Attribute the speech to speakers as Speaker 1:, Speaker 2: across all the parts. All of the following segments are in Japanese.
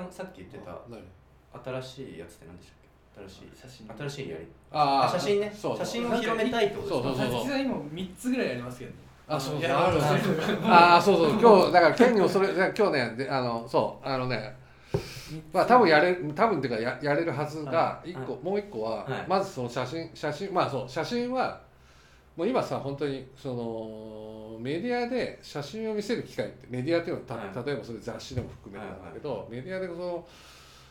Speaker 1: のさっき言ってた
Speaker 2: 何
Speaker 1: 新しいやつって何でしたっけ新しい
Speaker 3: 写真
Speaker 1: 新しいやり
Speaker 2: あ
Speaker 1: あ
Speaker 2: あ
Speaker 1: 写真ね
Speaker 2: そう
Speaker 1: 写真を広めたいってことですか
Speaker 2: そうそうそう
Speaker 3: 実は今3つぐらいありますけどね
Speaker 2: あそうそう
Speaker 3: や
Speaker 2: ある
Speaker 3: ある
Speaker 2: ああそうそう今日だから県にもそれ今日ねであのそうあのねまあ多分やれ多分っていうかややれるはずが
Speaker 1: はい
Speaker 2: 一個、もう一個は、
Speaker 1: はい
Speaker 2: まずその写真写真まあそう写真はもう今さ本当にそのメディアで写真を見せる機会ってメディアっていうのはた、
Speaker 1: は
Speaker 2: 例えばそれ雑誌でも含めてなんだけど、メディアでその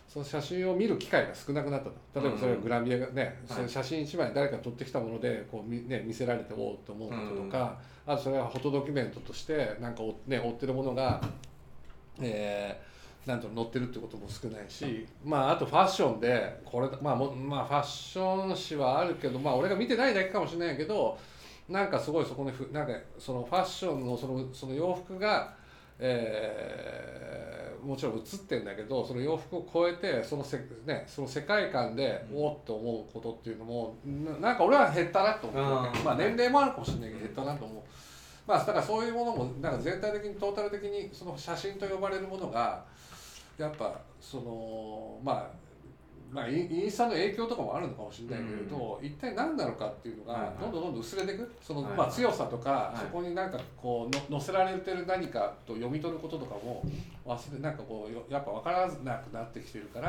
Speaker 2: その写真を見る機会が少なくなったと例えばそれはグラビアがね、
Speaker 1: うん
Speaker 2: その写真一枚誰か撮ってきたものでこう、みね、見せられておうと思うこととか、あとそれはフォトドキュメントとしてなんか追,、ね、追ってるものが、えー、なんと載ってるってことも少ないし、まあ、あとファッションでこれ、まあもまあ、ファッション誌はあるけど、まあ、俺が見てないだけかもしれないけどなんかすごいそこにふなんかそのファッションのそのその洋服が、えーもちろん映ってるんだけどその洋服を超えてそのせ、ね、その世界観で
Speaker 1: うん
Speaker 2: おっと思うことっていうのもななんか俺は減ったなと思って
Speaker 1: あー
Speaker 2: まあ、年齢もあるかもしれないけど減ったなと思う。まあ、だからそういうものもなんか全体的にトータル的にその写真と呼ばれるものがやっぱそのまあまあ、インインスタの影響とかもあるのかもしれないけれど、一体何なのかっていうの
Speaker 1: はいはい
Speaker 2: がどんどんどんどん薄れていくその、
Speaker 1: はいはい
Speaker 2: まあ、強さとか、
Speaker 1: い
Speaker 2: そこになんかこうの載せられてる何かと読み取ることとかも忘れなんかこうよやっぱ分からなくなってきてるから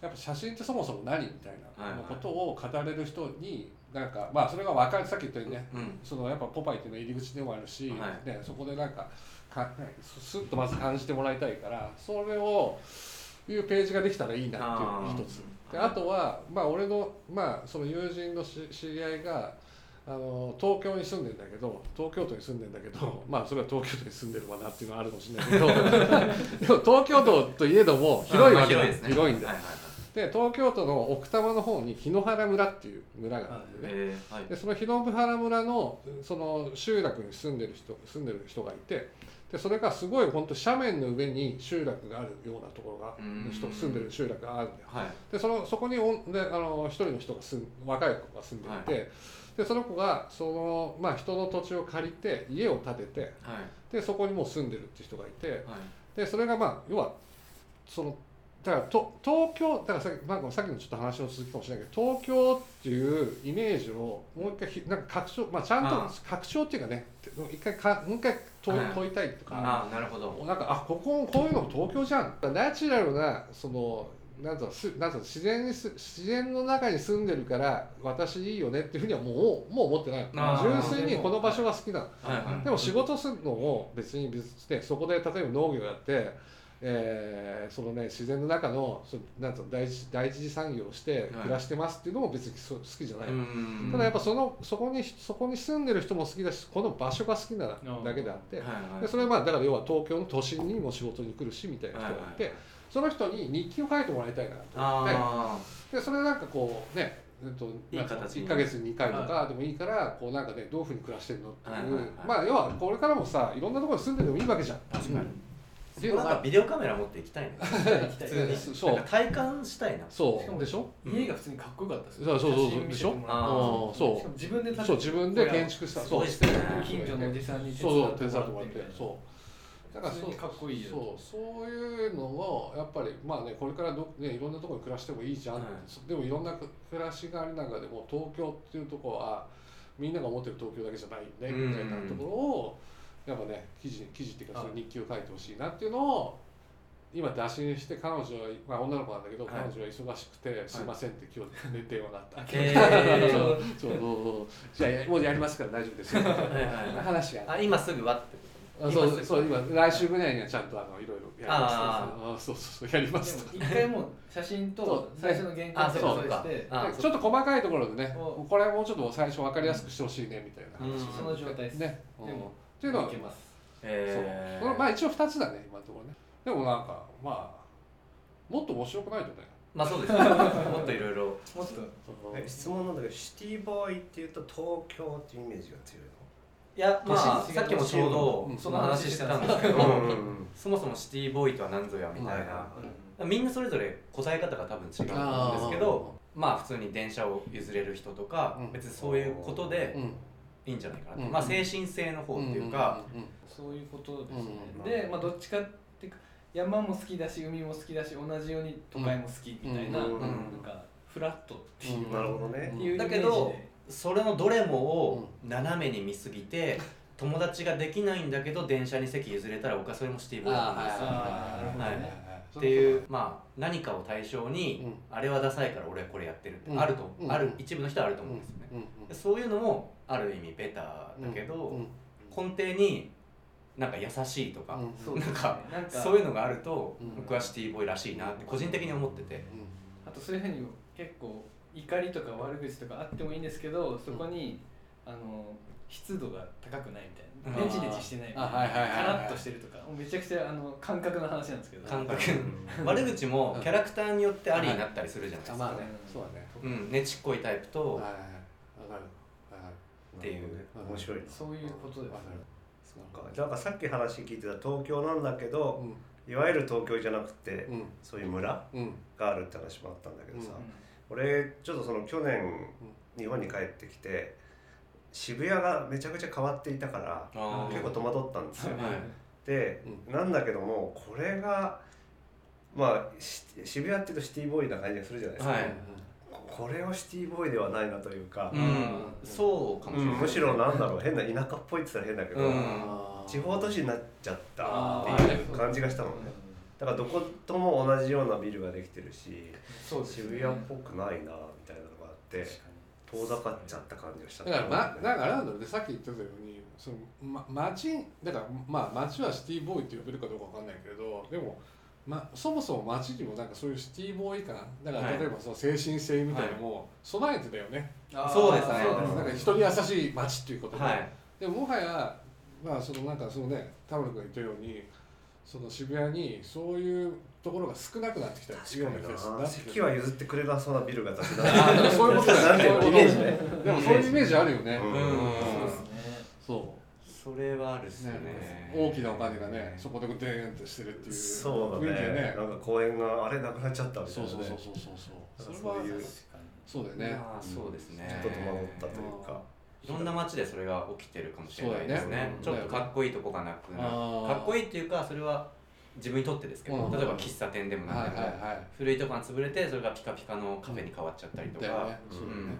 Speaker 2: やっぱ写真ってそもそも何みたい
Speaker 1: は
Speaker 2: ない
Speaker 1: はい
Speaker 2: ことを語れる人になんかまあそれが分かるさっき言ったようにね
Speaker 1: うん
Speaker 2: そのやっぱポパイっていうのは入り口でもあるし、
Speaker 1: はい
Speaker 2: ね、そこでなんかかすすっとまず感じてもらいたいからそれをいうページができたらいいなっていうのが一つ
Speaker 1: あー
Speaker 2: であとは、まあ、俺の、まあ、その友人のし知り合いがあの東京に住んでんだけど東京都に住んでんだけど まあそれは東京都に住んでるわなっていうのはあるかもしれないけ どでも東京都といえども広いわけだ
Speaker 1: まあ広いですね
Speaker 2: 広いんだよ
Speaker 1: はいはいはい
Speaker 2: で東京都の奥多摩の方に檜原村っていう村があるんだよね、
Speaker 1: えーはい
Speaker 2: でその檜原村のその集落に住んでる人住んでる人がいてでそれがすごい本当斜面の上に集落があるようなところが
Speaker 1: うん
Speaker 2: 人住んでる集落があるんだよ
Speaker 1: はい
Speaker 2: でそのそこにおんであの一人の人が住ん若い子が住んでいて、でその子がその、まあ、人の土地を借りて家を建てて
Speaker 1: はい
Speaker 2: でそこにもう住んでるって人がいて、
Speaker 1: はい
Speaker 2: でそれがまあ要はそのだからと東京だからさっき,、まあ、さっきのちょっと話の続きかもしれないけど東京っていうイメージをもう一回ひなんか拡張まあちゃん
Speaker 1: あ
Speaker 2: と
Speaker 1: あ
Speaker 2: 拡張っていうかね一回かもう一回問い
Speaker 1: はい
Speaker 2: 問いたいとか
Speaker 1: ああなるほど
Speaker 2: なんかあこここういうのも東京じゃんナチュラルなそのなんとすなんと自然にす自然の中に住んでるから私いいよねっていうふうにはもうもう思ってない
Speaker 1: ああ
Speaker 2: 純粋にこの場所が好きなの
Speaker 1: はいはい
Speaker 2: でも仕事するのも別に別でそこで例えば農業やって、えーそのね自然の中のそなんつうの第一第一次産業をして暮らしてますっていうのも別にそ好きじゃない、
Speaker 1: うん
Speaker 2: ただやっぱそのそこにそこに住んでる人も好きだしこの場所が好きなだけであって、
Speaker 1: はいはい
Speaker 2: でそれはまあだから要は東京の都心にも仕事に来るしみたいな人がいて、
Speaker 1: はいはい
Speaker 2: その人に日記を書いてもらいたいなと思って
Speaker 1: あ
Speaker 2: でそれなんかこうねえっと、
Speaker 1: いい形に
Speaker 2: 1か月に2回とかでもいいからこうなんかねどういうふうに暮らしてるのっていう、
Speaker 1: はいはいはい
Speaker 2: まあ要はこれからもさいろんなところに住んでてもいいわけじゃん
Speaker 1: あ確かに
Speaker 2: てい
Speaker 1: そうこ
Speaker 2: の
Speaker 1: な
Speaker 2: が
Speaker 1: んかビデオカメラ持って行きたいな普通に
Speaker 2: そう
Speaker 1: なんか体感したいな
Speaker 3: しか
Speaker 2: そう
Speaker 3: も
Speaker 2: でしょ
Speaker 3: 家が普通にかっこよかったです
Speaker 2: そうそうそうそう
Speaker 3: 写真見せてもら
Speaker 1: あー
Speaker 3: っ
Speaker 2: うん
Speaker 3: て
Speaker 2: そ
Speaker 3: しかも自分で建て
Speaker 2: う
Speaker 3: て
Speaker 2: そう自分で建築した
Speaker 1: そう
Speaker 2: そう
Speaker 1: です
Speaker 2: して
Speaker 1: ね
Speaker 3: 近所のおじさんに手
Speaker 2: そうそ
Speaker 3: 伝
Speaker 2: う手伝ってもらって
Speaker 3: う
Speaker 2: そうだから
Speaker 3: 普
Speaker 2: そ
Speaker 3: 通
Speaker 2: う
Speaker 3: にかっこいいよ
Speaker 2: そうそういうのをやっぱりまあねこれからど、ね、いろんなところに暮らしてもいいじゃん、
Speaker 1: はい
Speaker 2: そでもいろんなく暮らしがありながらでも東京っていうところはみんなが思ってる東京だけじゃないよね
Speaker 1: うん
Speaker 2: みたいなところをやっぱね記事記事っていうかそ
Speaker 3: はい
Speaker 2: の日記を書いてほしいなっていうのを今打診して彼女は、まあ、女の子なんだけど、
Speaker 1: はい
Speaker 2: 彼女は忙しくて「すいません」って今日、ね、電話があった。
Speaker 1: え
Speaker 2: そう
Speaker 1: ー
Speaker 2: そうそうそうじゃあやもうやりますから大丈夫ですよ。
Speaker 1: はいはいはい
Speaker 2: 話が
Speaker 1: あ今すぐはってこと
Speaker 2: あそ
Speaker 1: 今す
Speaker 2: う
Speaker 1: ぐ
Speaker 2: そう今来週ぐらいにはちゃんとあのいろいろやります
Speaker 1: あ
Speaker 2: あそうそうそうやりま
Speaker 3: ですも
Speaker 2: と
Speaker 3: 一回もう写真と
Speaker 2: そう
Speaker 3: 最初の原
Speaker 1: あ
Speaker 3: 画
Speaker 1: そうかそう
Speaker 3: とか
Speaker 1: か
Speaker 3: して
Speaker 1: あ
Speaker 2: ちょっと細かいところでね
Speaker 3: お
Speaker 2: これはもうちょっと最初分かりやすくしてほしいねみたいな話を
Speaker 3: その状態です
Speaker 2: ねうん
Speaker 3: でも
Speaker 2: っていうのは
Speaker 3: けます
Speaker 2: そう
Speaker 1: え
Speaker 2: そのまあ一応2つだね今のところねでもなんかまあもっと面白くないとね
Speaker 1: まあそうですねもっといろいろ
Speaker 3: もっと
Speaker 4: え質問なんだけどシティボーイっていうと東京っていうイメージが強い
Speaker 1: いやまあ
Speaker 3: 都心
Speaker 1: さっきもちょう
Speaker 2: う
Speaker 1: ど
Speaker 2: ん
Speaker 1: その話してたんですけど
Speaker 4: の、ん、
Speaker 1: そもそもシティボーイとは何ぞやみたいなみんなそれぞれ答え方が多分違うと思うんですけどまあ普通に電車を譲れる人とか
Speaker 2: うん
Speaker 1: 別にそういうことで
Speaker 2: うん
Speaker 1: いいんじゃないかな
Speaker 2: うん
Speaker 1: まあ精神性の方っていうか
Speaker 2: うんうんうん
Speaker 3: そういうことですね
Speaker 4: うん
Speaker 3: でまあどっちかっていうか山も好きだし海も好きだし同じように都会も好きみたいな,、
Speaker 4: うん
Speaker 3: なんかフラットっていう,、
Speaker 2: うん
Speaker 4: なるほどね
Speaker 2: う。ん
Speaker 3: っていうイメージ
Speaker 1: だ
Speaker 3: で
Speaker 1: けどそれのどれもを斜めに見すぎて友達ができないんだけど電車に席譲れたら僕はそれもシティボーイだったんですよ
Speaker 2: い
Speaker 1: っていうまあ何かを対象に、あれはダサいから俺はこれやってるって、
Speaker 2: うん
Speaker 1: あると、
Speaker 2: うん
Speaker 1: ある一部の人はあると思うんですよね、でそういうのもある意味ベターだけど、根底になんか優しいとか、
Speaker 3: そうですね
Speaker 1: なんか
Speaker 3: なんか
Speaker 1: そういうのがあると、
Speaker 2: うん
Speaker 1: 僕はシティボーイらしいなって個人的に思ってて、
Speaker 3: あとそういうふうに結構怒りとか悪口とかあってもいいんですけどそこに、あの湿度が高くないみたいな
Speaker 1: うん
Speaker 3: ネチネチしてないみたいな
Speaker 2: あはいはいはいはい
Speaker 3: カラッとしてるとかもうめちゃくちゃあの感覚の話なんですけど
Speaker 1: 感覚
Speaker 4: うん
Speaker 1: 悪口もキャラクターによってありになったりするじゃないですか、
Speaker 2: まあねそうだね
Speaker 1: うんねちっこいタイプと、
Speaker 2: はいはいわかるわかる
Speaker 1: っていう
Speaker 4: 面白いな。
Speaker 3: そういうことです
Speaker 2: わかる
Speaker 4: そっかなんかさっき話聞いてた東京なんだけ
Speaker 2: う
Speaker 4: ど、
Speaker 2: ん
Speaker 4: いわゆる東京じゃなくて、
Speaker 2: うん
Speaker 4: そういう村
Speaker 2: うん
Speaker 4: があるって話もあったんだけど
Speaker 2: う
Speaker 4: さ、俺ちょっとその去年日本に帰ってきて渋谷がめちゃくちゃ変わっていたから
Speaker 1: あー
Speaker 4: 結構戸惑ったんですよ。
Speaker 1: はい
Speaker 4: で、なんだけどもこれがまあし渋谷っていうとシティボーイな感じがするじゃないですか、
Speaker 1: はい
Speaker 4: これをシティボーイではないなというか、
Speaker 1: うん、そうかもしれ
Speaker 4: うん
Speaker 1: ない、
Speaker 4: むしろなんだろう変な田舎っぽいって言ったら変だけど、
Speaker 1: うん
Speaker 4: 地方都市になっちゃった
Speaker 3: あ
Speaker 4: っ
Speaker 3: ー
Speaker 4: ていう感じがしたのね
Speaker 3: うん
Speaker 4: だからどことも同じようなビルができてるし
Speaker 3: そうです
Speaker 4: 渋
Speaker 3: ね
Speaker 4: 谷っぽくないなみたいなのがあって
Speaker 3: 確かに
Speaker 4: 遠ざかっちゃった感じがした
Speaker 2: だから、ま、なん
Speaker 4: か
Speaker 2: かあれなんだろうねさっき言ってたようにその、ま、町だから、まあ、町はシティボーイって呼べるかどうかわかんないけれどでも、ま、そもそも町にもなんかそういうシティボーイ感だから
Speaker 1: はい
Speaker 2: 例えばその精神性みたいなのも備えてたよね、
Speaker 3: あー
Speaker 1: そうですね
Speaker 3: そう
Speaker 4: はい
Speaker 2: なんか人に優しい町っていうことで、
Speaker 1: はい
Speaker 2: でももはや、まあ、そのなんかそのね田村君が言ったようにその渋谷にそういうところが少なくなってきた
Speaker 4: 確か
Speaker 2: ような気がす
Speaker 4: に
Speaker 2: る
Speaker 4: な席は譲ってくれなそうなビルが建てられ
Speaker 2: あーだからそういうことだよね
Speaker 4: なんていうのイメージね
Speaker 2: でもそういうイメージあるよね、
Speaker 4: うん
Speaker 1: うん
Speaker 3: そうですね
Speaker 2: そう
Speaker 1: それはあるっすね
Speaker 2: ね、大きなお金がねそこでデーンとしてるっていう
Speaker 4: そ
Speaker 2: 雰
Speaker 4: うだ
Speaker 2: 囲
Speaker 4: ね
Speaker 2: 気でね
Speaker 4: なんか公園があれなくなっちゃったみたい
Speaker 2: そ
Speaker 4: な
Speaker 2: う
Speaker 4: ね
Speaker 2: そうそう
Speaker 4: ち
Speaker 2: そうそう
Speaker 4: な
Speaker 2: それ
Speaker 4: んかそういう
Speaker 2: はそうだよね
Speaker 1: まあそうですね
Speaker 4: ょっと戸惑ったというか
Speaker 1: いろんな街でそれが起きてるかもしれないです
Speaker 2: そう
Speaker 1: ね
Speaker 2: だよね
Speaker 1: ちょっとかっこいいとこがなくな
Speaker 2: あー
Speaker 1: かっこいいっていうかそれは自分にとってですけど、
Speaker 2: うん
Speaker 1: 例えば喫茶店でも
Speaker 2: はい
Speaker 1: な
Speaker 2: は
Speaker 1: ん
Speaker 2: い
Speaker 1: でも、
Speaker 2: は
Speaker 1: 古いとこが潰れてそれがピカピカのカフェに変わっちゃったり
Speaker 2: い
Speaker 1: と
Speaker 2: だ
Speaker 1: か、
Speaker 2: よねそううだ
Speaker 4: ん
Speaker 2: ね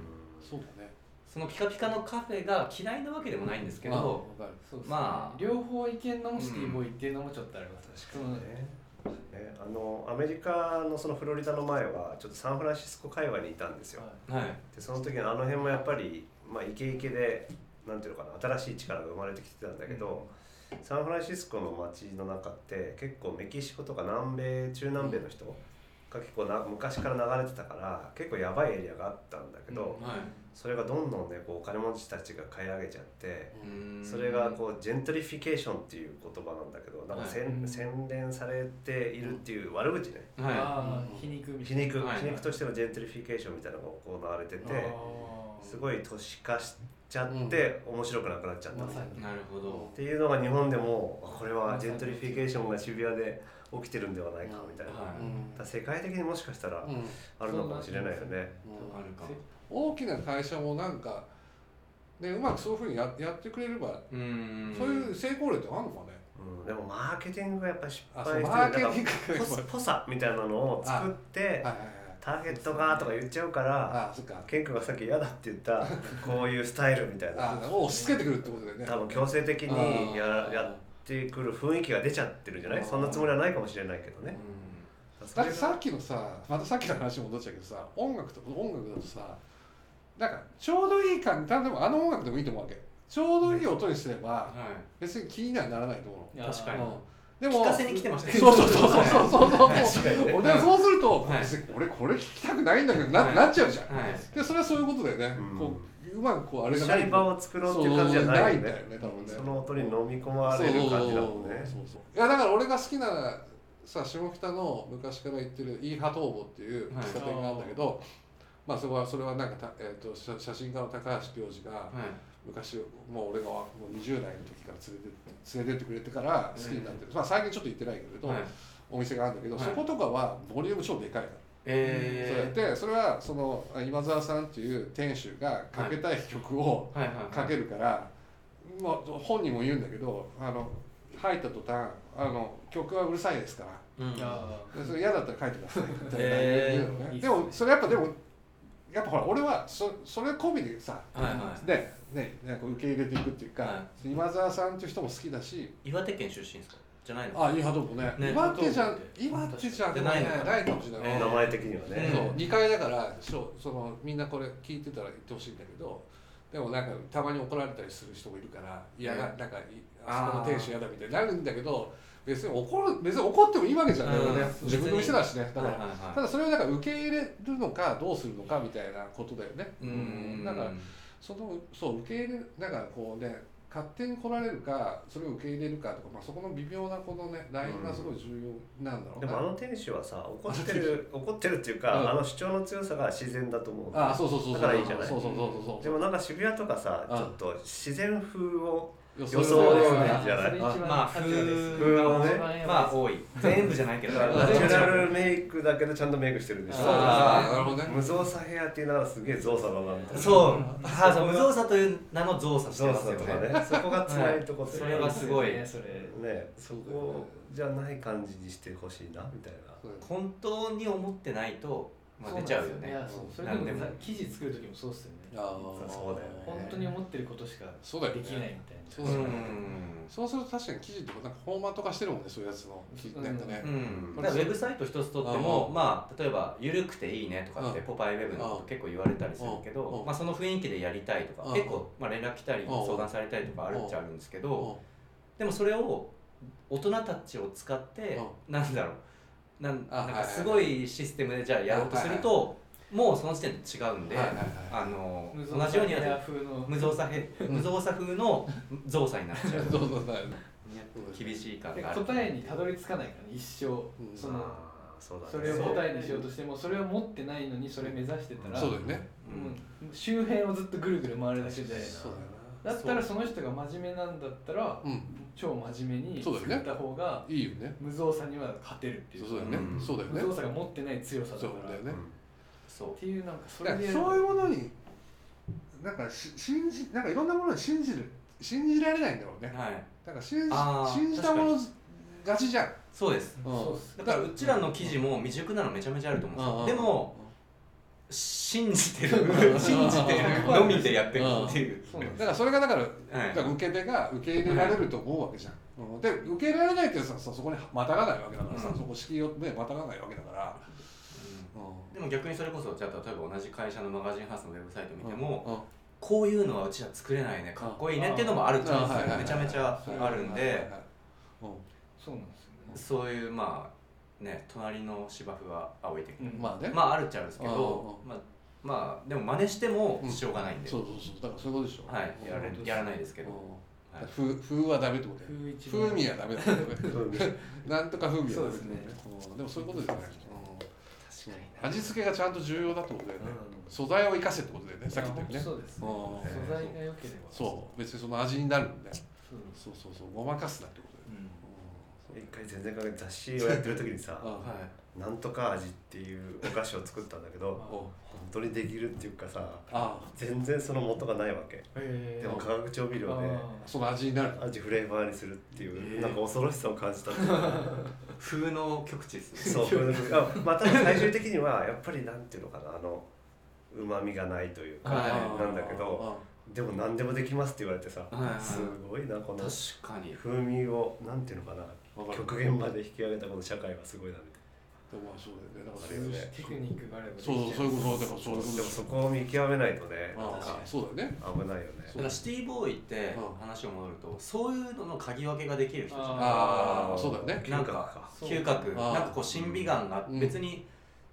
Speaker 2: そうだね
Speaker 1: そのピカピカのカフェが嫌いなわけでもないんですけ
Speaker 2: あ
Speaker 1: ど、
Speaker 2: わかる
Speaker 3: そうですね
Speaker 1: まあ
Speaker 3: 両方いけんのもシティボーイっていうのもちょっとあります
Speaker 4: 確かにねねあのアメリカのそのフロリダの前はちょっとサンフランシスコ界隈にいたんですよ
Speaker 3: はい
Speaker 1: はい
Speaker 4: でその時のあの辺もやっぱり、まあ、イケイケでなんていうのかな新しい力が生まれてきてたんだけど、サンフランシスコの街の中って結構メキシコとか南米中南米の人が結構な昔から流れてたから結構やばいエリアがあったんだけど、
Speaker 1: はい
Speaker 4: それがどんどんねこうお金持ちたちが買い上げちゃって。
Speaker 1: うーん
Speaker 4: それがこうジェントリフィケーションっていう言葉なんだけどなんか洗,、
Speaker 3: はい
Speaker 4: 洗練されているっていう悪口ね
Speaker 1: は
Speaker 3: あ
Speaker 2: うん
Speaker 3: あ皮肉みた
Speaker 4: 皮
Speaker 3: いな
Speaker 4: 肉、
Speaker 1: はい
Speaker 4: 皮肉としてのジェントリフィケーションみたいなのが行われてて、
Speaker 3: あー
Speaker 4: すごい都市化しちゃって、面白くなくなっちゃった、
Speaker 3: ま
Speaker 4: っ
Speaker 3: さ
Speaker 1: い
Speaker 3: に
Speaker 1: なるほど
Speaker 4: ていうのが日本でもあこれはジェントリフィケーションが渋谷で起きてるんではないかみたいな、
Speaker 1: は
Speaker 4: だ
Speaker 1: い
Speaker 4: から世界的にもしかしたら
Speaker 2: うんうん
Speaker 4: あるのかもしれないよね、
Speaker 1: あるかも
Speaker 2: 大きな会社もなんかねうまくそういうふうにややってくれれば
Speaker 1: うーん
Speaker 2: そういう成功例ってあるのかね
Speaker 4: うんでもマーケティングがやっぱ失
Speaker 2: あ
Speaker 4: 敗
Speaker 2: そうマー
Speaker 4: して
Speaker 2: ケテ
Speaker 4: るな
Speaker 2: ィング
Speaker 4: んか
Speaker 2: が
Speaker 4: ポスポサみたいなのを作って
Speaker 2: はいはいはい
Speaker 4: ターゲットがとか言っちゃうから
Speaker 2: あそっか
Speaker 4: ケン君がさっき嫌だって言 ったこういうスタイルみたいな
Speaker 2: あ押し付けてくるってことだよね
Speaker 4: 多分強制的にやらやってくる雰囲気が出ちゃってるんじゃないそんなつもりはないかもしれないけどね
Speaker 2: だってさっきのさまたさっきの話に戻っちゃうけどさ音楽と音楽だとさなんかちょうどいい感じ多分あの音楽でもいいと思うわけちょうどいい音にすれば
Speaker 1: は
Speaker 2: 別に気にはならないと思
Speaker 1: 確か
Speaker 2: う
Speaker 1: に
Speaker 2: の、
Speaker 1: は
Speaker 2: うん、
Speaker 1: い
Speaker 2: で
Speaker 1: 聞
Speaker 2: も
Speaker 1: かせに来てましたね
Speaker 2: そうそうそうそうそうそう そう
Speaker 4: 確かにね
Speaker 2: でもそうすると、
Speaker 1: はい
Speaker 2: 別に俺これ聞きたくないんだけどな,、
Speaker 1: はい
Speaker 2: なっちゃうじゃん、
Speaker 1: はい
Speaker 2: でそれはそういうことだよね、
Speaker 4: うん
Speaker 2: こううまくこうあれ
Speaker 4: シャリ場を作ろうっていう感じじゃない
Speaker 2: そうない
Speaker 4: よね
Speaker 2: んだよね多分ね
Speaker 4: その音に飲み込まれる感じだもんね
Speaker 2: そうそうそういやだから俺が好きなさ下北の昔から言ってるイーハトーボっていう喫茶店があるんだけど、まあそこはそれはなんかた、えー、と写写真家の高橋教授が
Speaker 1: はい
Speaker 2: 昔もう俺がもう20代の時から連れて連れてってくれてから好きになってる、まあ最近ちょっと行ってないけれど、
Speaker 1: はい
Speaker 2: お店があるんだけど、
Speaker 1: はい
Speaker 2: そことかはボリューム超でかいから。そうやっ
Speaker 1: え
Speaker 2: てそれはその今澤さんっていう店主がかけたい曲を
Speaker 1: ーはいはいはい
Speaker 2: かけるから、まあ、本人も言うんだけどあの入った途端あの曲はうるさいですから
Speaker 1: うん
Speaker 3: あ
Speaker 2: でそれ嫌だったら書いてくださいみたいな
Speaker 1: へ
Speaker 3: ー
Speaker 2: 言うのね
Speaker 3: いいっす
Speaker 2: で
Speaker 3: ね
Speaker 2: もそれやっぱでもやっぱほら俺はそそれ込みでさ、
Speaker 1: はいは
Speaker 2: でねねこう受け入れていくっていうか、
Speaker 1: は
Speaker 2: 今澤さんっていう人も好きだし
Speaker 1: 岩手県出身ですかじゃないの
Speaker 2: あいいハドもね
Speaker 1: ね
Speaker 2: 岩手じゃ
Speaker 3: ハ
Speaker 2: ん
Speaker 3: ド
Speaker 2: 岩手じゃ
Speaker 1: 確
Speaker 2: な
Speaker 1: か
Speaker 2: い
Speaker 1: に
Speaker 2: ないないかもしれない、
Speaker 1: え
Speaker 4: 名前的にはね、
Speaker 1: うん
Speaker 2: そう2回だからそうそのみんなこれ聞いてたら言ってほしいんだけどでもなんかたまに怒られたりする人もいるから嫌が、
Speaker 1: う
Speaker 2: なんかいあ
Speaker 1: あー
Speaker 2: そこの店主嫌だみたいになるんだけど別に怒る別に怒ってもいいわけじゃないよね、
Speaker 1: うん
Speaker 2: 自分の店だしねだから、
Speaker 1: はいはいはい
Speaker 2: ただそれをなんか受け入れるのかどうするのかみたいなことだよね、
Speaker 1: うん
Speaker 2: だからそのそう受け入れなんかこうね勝手に来られるかそれを受け入れるかとか、まあ、そこの微妙なこのねラインがすごい重要なんだろう
Speaker 4: で
Speaker 2: な、
Speaker 4: もあの店主はさ怒ってる怒ってるっていうか、
Speaker 2: うん
Speaker 4: あの主張の強さが自然だと思う
Speaker 2: あそうそうそうそう
Speaker 4: だからいいじゃない
Speaker 2: そうそうそうそうそう
Speaker 4: でもなんか渋谷とかさ、
Speaker 2: うん
Speaker 4: ちょっと自然風を
Speaker 2: 予
Speaker 4: 想
Speaker 2: です
Speaker 4: ね
Speaker 3: じゃない
Speaker 1: まあ風
Speaker 4: 風
Speaker 1: が
Speaker 4: は
Speaker 1: 多
Speaker 4: ね
Speaker 1: いまあ多い全部じゃないけ
Speaker 4: だ
Speaker 1: ど
Speaker 4: からナチュラルメイクだけどちゃんとメイクしてるんでしょ
Speaker 1: そうだ
Speaker 2: あーなるほどね
Speaker 4: 無造作ヘアっていうのはすげえ造作だなみたい な
Speaker 1: そう母さん無造作という名の造作して
Speaker 4: 造
Speaker 1: ます
Speaker 4: 作
Speaker 1: よ
Speaker 4: と
Speaker 1: ね
Speaker 4: かねそこがつらいとこっていう
Speaker 1: そ
Speaker 4: か
Speaker 1: れはすごい
Speaker 3: ねそれ
Speaker 4: ねそこじゃない感じにしてほしいなみたいな
Speaker 1: 本当に思ってないと、まあ、出ちゃうよ
Speaker 3: い
Speaker 1: ね
Speaker 3: やそうそれ
Speaker 1: 何
Speaker 3: で
Speaker 1: で
Speaker 3: も
Speaker 1: も
Speaker 3: さ記事作る時もそうっすよね
Speaker 4: そうだよね
Speaker 3: 本当に思ってることしか
Speaker 2: そうだよね
Speaker 3: できないみ
Speaker 2: そ
Speaker 3: た
Speaker 1: う
Speaker 3: い
Speaker 2: うん
Speaker 3: な
Speaker 2: そうすると確かに記事とかなんかフォーマット化してるもんねそういうやつの記事なんか ね、
Speaker 1: うん、だからウェブサイト一つとっても
Speaker 2: うん
Speaker 1: まあ例えば「緩くていいね」とかって
Speaker 2: うん
Speaker 1: ポパイウェブのこと結構言われたりするけ
Speaker 2: うん
Speaker 1: ど
Speaker 2: うん
Speaker 1: まあその雰囲気でやりたいと
Speaker 2: う
Speaker 1: か
Speaker 2: ん
Speaker 1: 結構まあ連絡来たり
Speaker 2: うん
Speaker 1: 相談されたりとかあるっちゃあるんですけ
Speaker 2: うん
Speaker 1: どでもそれを大人たちを使ってなんだろうなん
Speaker 2: あ
Speaker 1: なん
Speaker 2: はい
Speaker 1: か
Speaker 2: はい
Speaker 1: すごいシステムでじゃあやろうとするともうその時点で違うんで
Speaker 2: はいはいは
Speaker 1: あの
Speaker 3: 無造
Speaker 1: 同じよう
Speaker 3: 作
Speaker 1: に
Speaker 3: ヘア
Speaker 1: やる
Speaker 3: 風の
Speaker 1: 無造作へ無造作風の造作になっちゃう
Speaker 2: いどうぞどうぞ
Speaker 1: 厳しい感
Speaker 3: で
Speaker 1: がある
Speaker 3: 答えにたどり着かないからね一生
Speaker 2: ん
Speaker 3: その
Speaker 4: あーそうだね
Speaker 3: それを答えにしようとしてもそれを持ってないのにそれ目指してたら
Speaker 2: そうだよね
Speaker 1: うん
Speaker 3: うん周辺をずっとぐるぐる回るだけで
Speaker 2: そうだよ
Speaker 3: だったらその人が真面目なんだったら
Speaker 2: なうん
Speaker 3: 超真面目に
Speaker 2: そうだよね
Speaker 3: 作った方が
Speaker 2: いいよね
Speaker 3: 無造作には勝てるっていう
Speaker 2: そうだよね、
Speaker 1: うん
Speaker 2: そうだよ
Speaker 3: 無
Speaker 2: ね
Speaker 3: 造作が持ってない強さだ
Speaker 2: そ
Speaker 3: か
Speaker 2: う
Speaker 3: ら
Speaker 2: だよ
Speaker 3: っ
Speaker 2: ね、
Speaker 1: そう
Speaker 3: ていうなんかそ
Speaker 2: だ
Speaker 3: れ
Speaker 2: から
Speaker 3: で
Speaker 2: そういうものになんかし信じなんかいろんなものに信じる信じられないんだろうね
Speaker 1: はい
Speaker 2: なんか信じ
Speaker 1: あー
Speaker 2: 信じたもの勝ちじゃん
Speaker 1: そうです
Speaker 3: そうっす
Speaker 1: だからうちらの記事も未熟なのめちゃめちゃあると思うんですよでも信じてる 信じてるのみでやってるっていう
Speaker 3: そうなんです
Speaker 2: だからそれがだから
Speaker 1: はい
Speaker 2: だから受け手が受け入れられると思うわけじゃん、うんで受け入れられないってさそそこにまたがないわけだからさ、
Speaker 1: うん
Speaker 2: そこ敷居を、ね、またがないわけだから、
Speaker 1: う
Speaker 2: うん
Speaker 1: でも逆にそれこそじゃあ例えば同じ会社のマガジンハウスのウェブサイト見ても
Speaker 2: うん
Speaker 1: こういうのはうちら作れないねかっこいいねっていうのもあるチャンスがめちゃめちゃあるんで、
Speaker 2: うん
Speaker 3: そうなんですよね
Speaker 1: そういうまあね隣の芝生は青い的な
Speaker 3: うん
Speaker 2: まあね、
Speaker 1: まああるっちゃあるんですけど
Speaker 2: う
Speaker 1: まあまあでも真似してもしょうがないんで
Speaker 2: そうそうそうだからそういうことでしょ
Speaker 1: はいやられ
Speaker 2: うん
Speaker 1: やらないですけど
Speaker 2: うんだから風風はダメってことだよ
Speaker 3: 風一番
Speaker 2: 風味はダメだよね
Speaker 4: うん
Speaker 2: なんとか風味はダメ
Speaker 3: そうですね
Speaker 2: うんでもそういうことですよね、
Speaker 1: 確かに
Speaker 2: うん味付けがちゃんと重要だってことだよね、
Speaker 3: う
Speaker 2: 素材を生かせってことだよね
Speaker 3: ん
Speaker 2: さっき言ったように
Speaker 3: いや
Speaker 2: ね
Speaker 3: 本当そうですね
Speaker 2: うん
Speaker 3: 素材が良ければ
Speaker 2: そう別にその味になるんで
Speaker 3: そうです
Speaker 2: そうそうそうごまかすなってことだよね
Speaker 3: うん
Speaker 2: うん
Speaker 4: 一回全然関係ない雑誌をやってる時にさ
Speaker 2: あ
Speaker 1: はい
Speaker 4: 「なんとか味」っていうお菓子を作ったんだけど
Speaker 3: あ
Speaker 2: お
Speaker 4: 本当にできるっていうかさ
Speaker 2: あ
Speaker 4: 全然その元がないわけ
Speaker 3: へえ
Speaker 4: でも化学調味料で
Speaker 3: あ
Speaker 2: その味になる
Speaker 4: 味フレーバーにするってい
Speaker 1: え
Speaker 4: う
Speaker 1: ー
Speaker 4: なんか恐ろしさを感じたっていうか
Speaker 1: 風の極地ですね
Speaker 4: そうこれあまあ多分最終的にはやっぱりなんていうのかなあのうまみがないというか
Speaker 1: はい
Speaker 2: ああ
Speaker 4: なんだけどでも何でもできますって言われてさ
Speaker 1: はいはい
Speaker 4: すごいなこの
Speaker 1: 確かに
Speaker 4: 風味をなんていうのかな
Speaker 2: ああわかる
Speaker 4: 極限まで引き上げたこの社会はすごいなみたい
Speaker 2: でもまあそうだよねだから
Speaker 4: あれよね
Speaker 3: テクニックがあればできちゃ
Speaker 2: そうそうそういうことだからそういうこ
Speaker 4: な
Speaker 2: と
Speaker 4: でもそこを見極めないとねなん
Speaker 2: あ
Speaker 4: か
Speaker 2: あそうだよね
Speaker 4: 危ないよね
Speaker 1: だからシティボーイって
Speaker 2: うん
Speaker 1: 話を戻るとそういうのの鍵分けができる人じゃ
Speaker 2: ああそうだよね
Speaker 1: なんか
Speaker 3: そう
Speaker 1: ない嗅覚
Speaker 2: あー
Speaker 1: なんかこう審美眼が
Speaker 2: うん
Speaker 1: 別に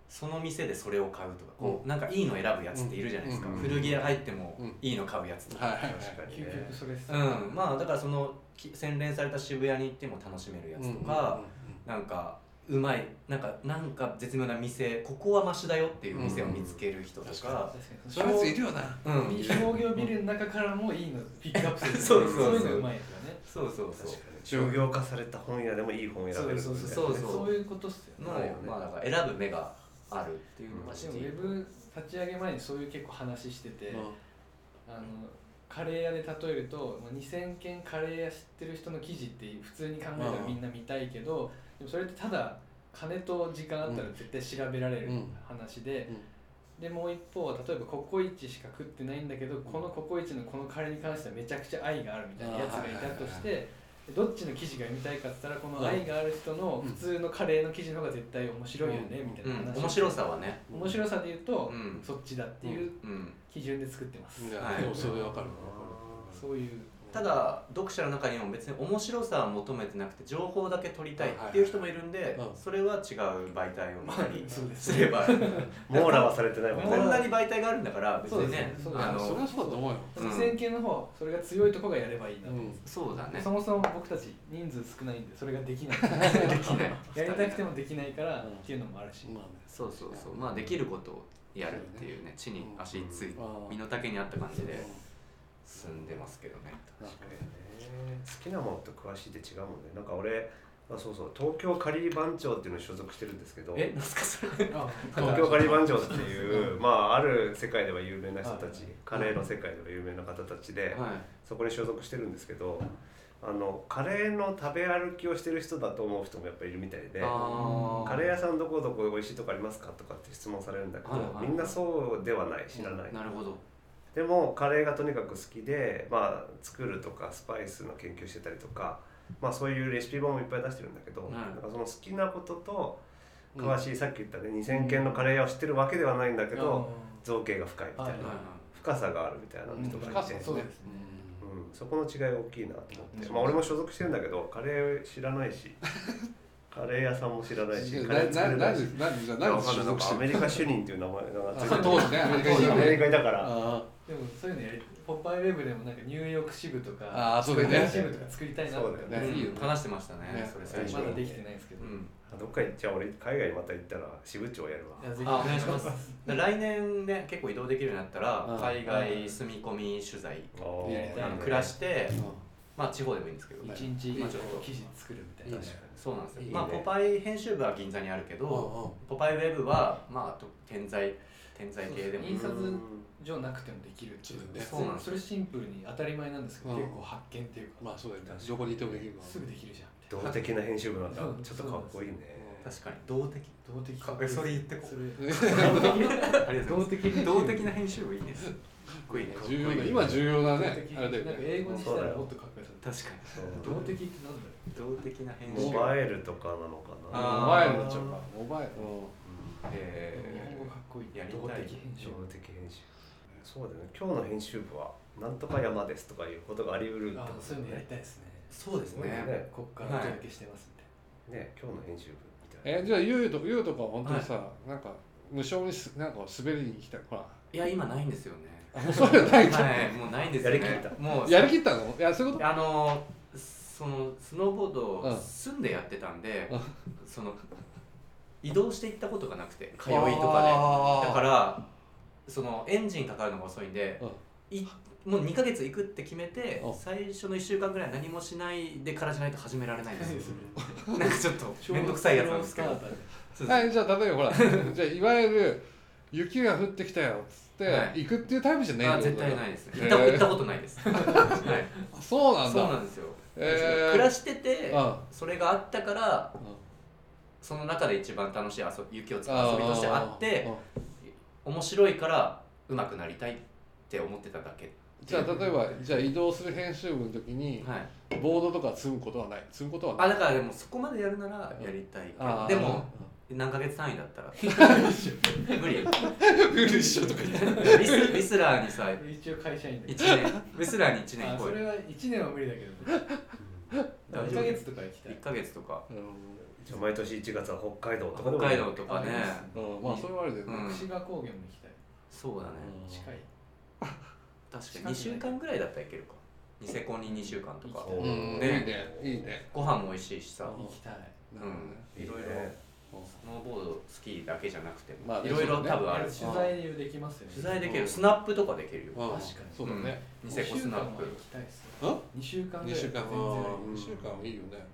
Speaker 1: その店でそれを買うとかこうなんかいいの選ぶやつっているじゃないですか
Speaker 4: うん
Speaker 1: 古着屋入っても
Speaker 2: うん
Speaker 1: いいの買うやつとか
Speaker 2: はいはいはい
Speaker 4: 確かに
Speaker 3: 究
Speaker 4: ね
Speaker 3: 極それっす
Speaker 1: う
Speaker 3: ね
Speaker 1: んまあだからそのき洗練された渋谷に行っても楽しめるやつとかなんかうまいなんかなんか絶妙な店ここはマシだよっていう店を見つける人と
Speaker 2: うん
Speaker 1: か
Speaker 3: 確
Speaker 2: そ
Speaker 3: かに
Speaker 2: ういうやついるよな
Speaker 1: うん
Speaker 3: 商業ビルの中からもいいのピックアップする
Speaker 1: そうそう
Speaker 3: そう
Speaker 1: そう
Speaker 3: いうのうまいですよね
Speaker 1: そうそうそう
Speaker 4: 確かに商業化された本屋でもいい本選べるってね
Speaker 1: そうそうそう
Speaker 3: そういうことっすよね
Speaker 1: の、
Speaker 4: なるよね
Speaker 1: まあ、だから選ぶ目があるっていうのが
Speaker 3: で
Speaker 1: シ
Speaker 3: も
Speaker 1: テ
Speaker 3: ウ
Speaker 1: ィ
Speaker 3: ェブ立ち上げ前にそういう結構話してて、
Speaker 2: うん
Speaker 3: あのカレー屋で例えるとまあ2,000件カレー屋知ってる人の記事って普通に考えたらみんな見たいけどでもそれってただ金と時間あったら絶対調べられる
Speaker 2: うん
Speaker 3: 話で、でもう一方は例えばココイチしか食ってないんだけどこのココイチのこのカレーに関してはめちゃくちゃ愛があるみたいなやつがいたとし
Speaker 2: あーは
Speaker 3: てどっちの記事が見たいかって言ったらこの愛がある人の普通のカレーの記事の方が絶対面白いよね
Speaker 2: うん
Speaker 3: みたい
Speaker 1: うん
Speaker 3: な話、
Speaker 1: 面白さはね
Speaker 3: 面白さで言うと、
Speaker 1: うん
Speaker 3: そっちだっていう
Speaker 1: うん
Speaker 3: 基準で作ってます、
Speaker 2: いや
Speaker 1: はい
Speaker 2: でもそれわかる
Speaker 3: そういう
Speaker 1: ただ読者の中にも別に面白さは求めてなくて情報だけ取りたいっていう人もいるんで
Speaker 2: うん
Speaker 1: それは違う媒体を見たり
Speaker 3: そうです
Speaker 1: すれば
Speaker 4: 網羅はされてないもん
Speaker 1: こんな
Speaker 4: ね
Speaker 1: に媒体があるんだから別にね
Speaker 3: そうですね
Speaker 1: あ
Speaker 2: あ
Speaker 1: の
Speaker 2: それはそうだと思うよ
Speaker 1: うん
Speaker 3: 二千系の方それが強いとこがやればいいなと、
Speaker 2: うん
Speaker 1: そうだね
Speaker 3: そもそも僕たち人数少ないんでそれができない やりたくてもできないからっていうのもあるし、
Speaker 2: まあね
Speaker 1: そうそうそうまあできることをやるっていうね地に足つい
Speaker 2: あー
Speaker 1: 身の丈に合った感じで
Speaker 2: う
Speaker 1: 進んでますけどね
Speaker 2: ん
Speaker 4: 確かにね好きなものと詳しいって違うもんねなんか俺あそうそう東京カリー番長っていうのに所属してるんで すけど
Speaker 1: えなんすかそれ
Speaker 3: あ
Speaker 4: 東京カリー番長っていう、まあ、ある世界では有名な人たち、カレーの世界では有名な方たちで、
Speaker 1: はい
Speaker 4: そこに所属してるんですけどあのカレーの食べ歩きをしてる人だと思う人もやっぱいるみたいで
Speaker 1: あー
Speaker 4: カレー屋さんどこどこ美味しいとこありますかとかって質問されるんだけど、
Speaker 1: はいはいはい
Speaker 4: みんなそうではない知らない、
Speaker 1: なるほど
Speaker 4: でもカレーがとにかく好きで、まあ、作るとかスパイスの研究してたりとか、まあ、そういうレシピ本もいっぱい出してるんだけど、
Speaker 1: はい
Speaker 4: なんかその好きなことと
Speaker 2: うん
Speaker 4: 詳しい、さっき言ったね2,000軒のカレー屋を知ってるわけではないんだけど、造形が深いみたいな、
Speaker 3: はい
Speaker 1: はいはい
Speaker 4: 深さがあるみたいな人
Speaker 3: うん
Speaker 4: が
Speaker 2: 深
Speaker 4: い
Speaker 2: さ
Speaker 4: て、うん
Speaker 3: そうですね
Speaker 4: そこの違い大きいなと思って、
Speaker 3: うん
Speaker 4: まあ、俺も所属してるんだけどカレー知らないしカレー屋さんも知らないし
Speaker 2: うん
Speaker 4: カレー
Speaker 2: な
Speaker 4: 作
Speaker 2: な
Speaker 4: れないし
Speaker 2: なんでなんでじゃあ
Speaker 4: いや
Speaker 2: なん
Speaker 4: わ
Speaker 2: で
Speaker 4: かん
Speaker 2: 所
Speaker 4: ないなん
Speaker 2: 属し
Speaker 4: かア
Speaker 2: て
Speaker 4: メ
Speaker 2: る
Speaker 4: リカ主任っていう名前がついてる
Speaker 2: 当時ねアメリカ人
Speaker 4: アメリカだから
Speaker 2: あ
Speaker 3: でもそういうのやりポッパイウェブでもなんかニューヨーク支部とか
Speaker 2: あーそうだよね
Speaker 3: ベトナム支部とか作りたいなって
Speaker 4: そうだよね
Speaker 2: ねいいよ
Speaker 1: うん話してましたね
Speaker 2: ね
Speaker 1: それ最初
Speaker 3: まだできてないですけど、
Speaker 1: う
Speaker 3: い
Speaker 1: ん
Speaker 4: どっか行っちゃう俺海外また行ったら支部長やるわ
Speaker 3: やぜひ
Speaker 1: あお願いしますで来年ね結構移動できるようになったら
Speaker 2: うん
Speaker 1: 海外住み込み取材
Speaker 4: あ
Speaker 2: いやいやい
Speaker 1: あ
Speaker 2: や
Speaker 1: の暮らしてて
Speaker 2: ー
Speaker 1: まあ地方でもいいんですけど
Speaker 3: 一日
Speaker 1: まあちょっと
Speaker 3: 記事作るみたい
Speaker 2: いい
Speaker 3: な
Speaker 2: ね
Speaker 1: そうなんですよ
Speaker 2: いいね
Speaker 1: まあポパイ編集部は銀座にあるけ
Speaker 2: うん
Speaker 1: どポパイウェブはまあと点在点在系でもいい
Speaker 3: 印刷じゃなくてもできるっていう
Speaker 1: そうだよね
Speaker 3: それシンプルに当たり前なんですけど、
Speaker 2: うん
Speaker 3: 結構発見っていうか、
Speaker 2: まあそうだよねどこにいてもできるから
Speaker 3: すぐできるじゃんみたい
Speaker 4: 動的な編集部なんだ
Speaker 3: うん
Speaker 4: ちょっとかっこいいね
Speaker 1: 確かに動 的
Speaker 3: な動的
Speaker 1: かえそれ言ってこ
Speaker 3: それ
Speaker 1: ありがとうござい
Speaker 3: 動的
Speaker 1: ます動的な編集部いいですかっこいいね
Speaker 2: 重要だ今重要なねあれだよ
Speaker 3: なんか
Speaker 2: ね
Speaker 3: 英語にしたらもっとかっこよさ
Speaker 1: 確か
Speaker 3: 動的ってなんだろ
Speaker 1: に動的な編集
Speaker 4: モ
Speaker 1: 部
Speaker 4: バイルとかなのか
Speaker 2: モ
Speaker 1: あ
Speaker 4: な
Speaker 1: ー
Speaker 2: バイルになっちゃうからモバイル
Speaker 3: う、日
Speaker 1: え
Speaker 3: 本語かっこいい
Speaker 1: やりたい
Speaker 3: 動的編集
Speaker 4: 動的編集そうだよね今日の編集部はなんとか山ですとかいうことがあり得るって
Speaker 3: あ
Speaker 4: こ
Speaker 3: そ
Speaker 4: と
Speaker 3: う
Speaker 4: だ
Speaker 3: いうのやり
Speaker 4: ね
Speaker 3: たいですね
Speaker 1: ーそうですね
Speaker 4: ね
Speaker 3: こっからお届けしてますみたい
Speaker 4: ね今日の編集部みたいな
Speaker 2: えじゃあゆうとゆうとかは本当にさなんか無償にすなんか滑りに来たほら
Speaker 1: いや今ないんですよね
Speaker 2: あもうそういうのないじゃん
Speaker 1: はいもうないんですよね
Speaker 4: やりきった
Speaker 1: もう
Speaker 2: やりきったのいやそういうこと
Speaker 1: あのそのスノーボード
Speaker 2: う
Speaker 1: を
Speaker 2: ん
Speaker 1: 住んでやってたんで、
Speaker 2: うん
Speaker 1: その移動して行ったことがなくて通いとかでだかららそのエンジンかかるのが遅いんで、いもう2ヶ月行くって決めて
Speaker 2: うん
Speaker 1: 最初の1週間ぐらい何もしないでからじゃないと始められないんです よ
Speaker 3: な
Speaker 1: なんかちょっと面倒くさいやつなんですけど そうそう
Speaker 2: はいじゃあ例えばほらじゃあいわゆる雪が降ってきたよっつって、
Speaker 1: はい
Speaker 2: 行くっていうタイプじゃねえ
Speaker 1: あ
Speaker 2: の
Speaker 1: 絶対ないです行
Speaker 2: へ
Speaker 1: っ
Speaker 2: ー
Speaker 1: た行ったことないです、 はい、
Speaker 2: あそうなんだ
Speaker 1: そうなんですよ、
Speaker 2: へー
Speaker 1: 暮らしてて
Speaker 2: うん
Speaker 1: それがあったから
Speaker 2: うん
Speaker 1: その中で一番楽しい遊び雪を使う遊びとしてあって
Speaker 2: うん
Speaker 1: 面白いから上手くなりたいって思ってただけ
Speaker 2: じゃあ例えばじゃあ移動する編集部の時に
Speaker 1: はい
Speaker 2: ボードとか積むことはない積むことはない
Speaker 1: あだからでもそこまでやるならやりたいけど
Speaker 2: あー
Speaker 1: でも何ヶ月単位だったら無理
Speaker 2: うん無理っしょとか言って
Speaker 1: リスリスラーにさ
Speaker 3: 一応会社員だけ
Speaker 1: 1
Speaker 3: ど
Speaker 1: 年リスラーに1年
Speaker 3: あそ
Speaker 1: 超え
Speaker 3: れ
Speaker 1: る
Speaker 3: は1年は無理だけどね
Speaker 1: 大
Speaker 3: 1
Speaker 1: 丈
Speaker 3: ヶ
Speaker 1: 夫
Speaker 3: 月とか行きたい
Speaker 1: 1ヶ月とか
Speaker 4: じゃあ毎年1月は北海道とか
Speaker 1: 北
Speaker 4: でもいい
Speaker 1: 海道とかね
Speaker 2: うんうんまあそれはあれだよね
Speaker 1: うん
Speaker 3: 串賀高原も行きたい
Speaker 1: そうだね
Speaker 2: うん
Speaker 3: 近い
Speaker 1: 確かに2週間ぐらいだったらいけるかニセコに2週間とか
Speaker 4: お
Speaker 2: う
Speaker 4: ー
Speaker 2: んいい
Speaker 1: ね
Speaker 2: ねいいね
Speaker 1: ご飯も美味しいしさ
Speaker 2: うん
Speaker 3: 行きたい
Speaker 1: うんいろいろ
Speaker 2: うん
Speaker 1: スノーボードスキーだけじゃなくて
Speaker 2: まあ
Speaker 1: も
Speaker 2: ね
Speaker 1: いろいろ
Speaker 2: そうだね
Speaker 1: 多分あ
Speaker 3: あ
Speaker 1: る
Speaker 3: れ
Speaker 1: し
Speaker 3: 取材できますよね
Speaker 1: 取材でき
Speaker 2: う
Speaker 1: る
Speaker 2: ん
Speaker 1: スナップとかできるよ
Speaker 2: うん
Speaker 3: 確かに
Speaker 2: そうだね
Speaker 1: ニセコスナップ
Speaker 2: うん
Speaker 3: 2週間ぐ
Speaker 2: 2
Speaker 3: らい
Speaker 2: 週間
Speaker 3: 全然
Speaker 2: 2週間はいいよね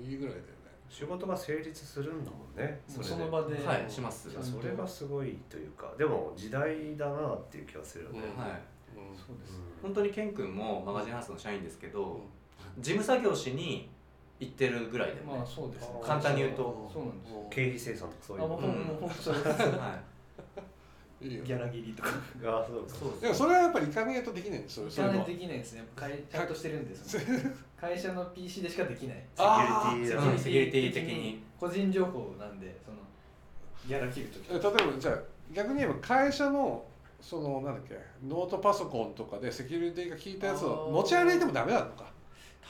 Speaker 2: いいぐらいだよね
Speaker 4: 仕事が成立するんだもんね
Speaker 3: も
Speaker 4: そうれ
Speaker 3: そ
Speaker 4: で
Speaker 3: の場で
Speaker 1: はいします
Speaker 4: いやそれがすごいというかでも時代だなっていう気がするよね、
Speaker 2: うん
Speaker 1: はい
Speaker 3: そうです、
Speaker 4: うん
Speaker 1: 本当にケン君もマガジンハウスの社員ですけど、事務作業しに行ってるぐらいだよね、
Speaker 3: まあそうですね
Speaker 1: 簡単に言うと
Speaker 3: そうなんですよ
Speaker 4: 経費生産とかそういう
Speaker 3: あ僕
Speaker 1: う
Speaker 3: も
Speaker 1: ん
Speaker 3: もう本当そうです
Speaker 1: はい
Speaker 2: いいよ
Speaker 3: ギャラ切りとか
Speaker 4: があそうか
Speaker 1: そう
Speaker 2: でもそれはやっぱりいかにえとできないんですよそ
Speaker 3: そ
Speaker 2: れ
Speaker 3: れ
Speaker 2: は
Speaker 3: できないですね会ちゃんとしてるんですよ会社の PC でしかできない
Speaker 2: あー
Speaker 4: セキ
Speaker 1: う
Speaker 4: ュリティだ
Speaker 1: ん
Speaker 4: な
Speaker 1: セキュリティ的に
Speaker 3: 個人情報なんでそのギャラ切るとき
Speaker 2: 例えばじゃあ逆に言えば会社のそのなんだっけノートパソコンとかでセキュリティが効いたやつを持ち歩いてもダメなのか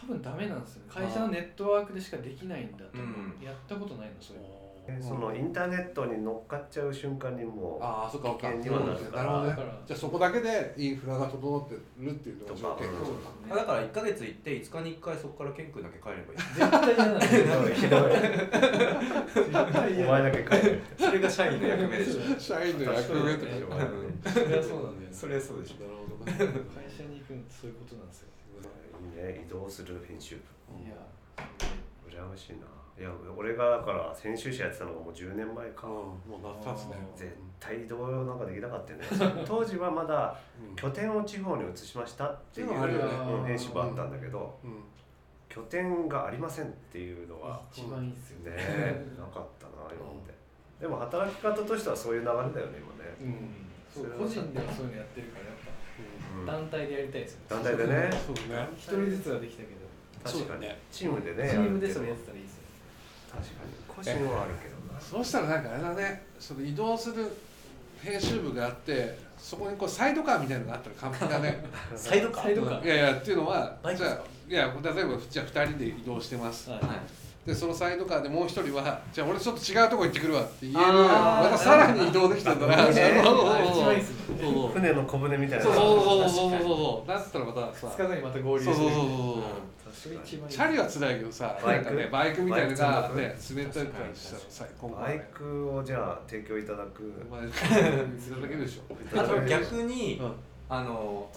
Speaker 3: 多分ダメなんですよね会社のネットワークでしかできないんだと思
Speaker 1: う
Speaker 3: うやったことないのそれ
Speaker 4: えそのインターネットに乗っかっちゃう瞬間にもう
Speaker 2: ああそっかそっか
Speaker 4: 危険にはなる
Speaker 2: そうですね
Speaker 4: か
Speaker 2: な
Speaker 4: ら
Speaker 2: るほどね
Speaker 3: だから
Speaker 2: じゃあそこだけでインフラが整ってるっていうのが条件
Speaker 4: とか
Speaker 3: そうです
Speaker 1: あ
Speaker 3: ね
Speaker 1: だから1か月行って5日に1回そこからケン君だけ帰ればいい
Speaker 3: 絶対嫌なんですよ
Speaker 4: ひどい
Speaker 3: 絶対
Speaker 4: ひど
Speaker 3: 嫌
Speaker 4: いお前だけ帰る
Speaker 1: それが社員の役目でしょ
Speaker 2: 社員の役目とか
Speaker 3: そうだ
Speaker 2: で
Speaker 3: よ
Speaker 2: も
Speaker 3: ね
Speaker 2: ある
Speaker 3: それは そうなんだよね
Speaker 1: それはそうでし
Speaker 2: なるほどね
Speaker 3: 会社に行くのってそういうことなんですよ
Speaker 4: いいね移動する編集
Speaker 3: いや
Speaker 4: 部羨ましいないや俺がだから編集者やってたのがもう10年前
Speaker 2: う
Speaker 4: か
Speaker 2: んもうなったんですね
Speaker 4: 絶対移動なんかできなかったよね当時はまだ
Speaker 2: うん
Speaker 4: 拠点を地方に移しましたっていう
Speaker 2: そういうのあるよね
Speaker 4: うん編集部あったんだけど
Speaker 2: うん
Speaker 4: 拠点がありませんっていうのは
Speaker 3: 一番いいっすよ
Speaker 4: ねなかったな今まででも働き方としてはそういう流れだよね今ね
Speaker 3: うんそう個人ではそういうのやってるからやっ
Speaker 4: うん
Speaker 3: ぱ団体でやりたいですよね
Speaker 4: 団体でね
Speaker 2: そうね
Speaker 3: 一人ずつはできたけど
Speaker 4: 確か
Speaker 2: そうだ
Speaker 4: に
Speaker 2: ね
Speaker 4: チームでね
Speaker 3: チームでそ
Speaker 4: や
Speaker 3: れや
Speaker 4: る
Speaker 3: っ
Speaker 4: け
Speaker 3: てたらいいですよ
Speaker 4: ど確かに個人はあるけどな
Speaker 2: そうしたらなんかあれだねその移動する編集部があってそこにこうサイドカーみたいなのがあったら完璧だね
Speaker 1: ょサイドカ
Speaker 3: サイ
Speaker 1: ー
Speaker 3: ドカー
Speaker 2: いやいやっていうのは
Speaker 1: バイク
Speaker 2: じ
Speaker 1: で
Speaker 2: ゃ
Speaker 1: す
Speaker 2: あ
Speaker 1: か
Speaker 2: いや例えばじゃあ2人で移動してます
Speaker 3: はい
Speaker 1: はい
Speaker 2: でそのサイドカーでもう一人はじゃあ俺ちょっと違うとこ行ってくるわって言える
Speaker 3: あー
Speaker 2: またさらに移動できたんだな
Speaker 4: いいね
Speaker 2: そうそう
Speaker 3: あ一番いいっす
Speaker 2: そう
Speaker 3: ね
Speaker 2: そうそう
Speaker 4: 船の小舟みたいな
Speaker 2: そうそうそうそうそうだったらまたさ
Speaker 3: 2日後にまた合流
Speaker 2: そうそうそうそう
Speaker 3: それ一番いい
Speaker 2: チャリは辛いけどさ
Speaker 4: バイク
Speaker 2: なんかねバイクみたいなのが
Speaker 4: バイ
Speaker 2: ね滑ったりとかしたら最高
Speaker 4: バイクをじゃあ提供いただく
Speaker 2: お前それだけでしょ
Speaker 1: あと逆に、
Speaker 2: うん
Speaker 1: あの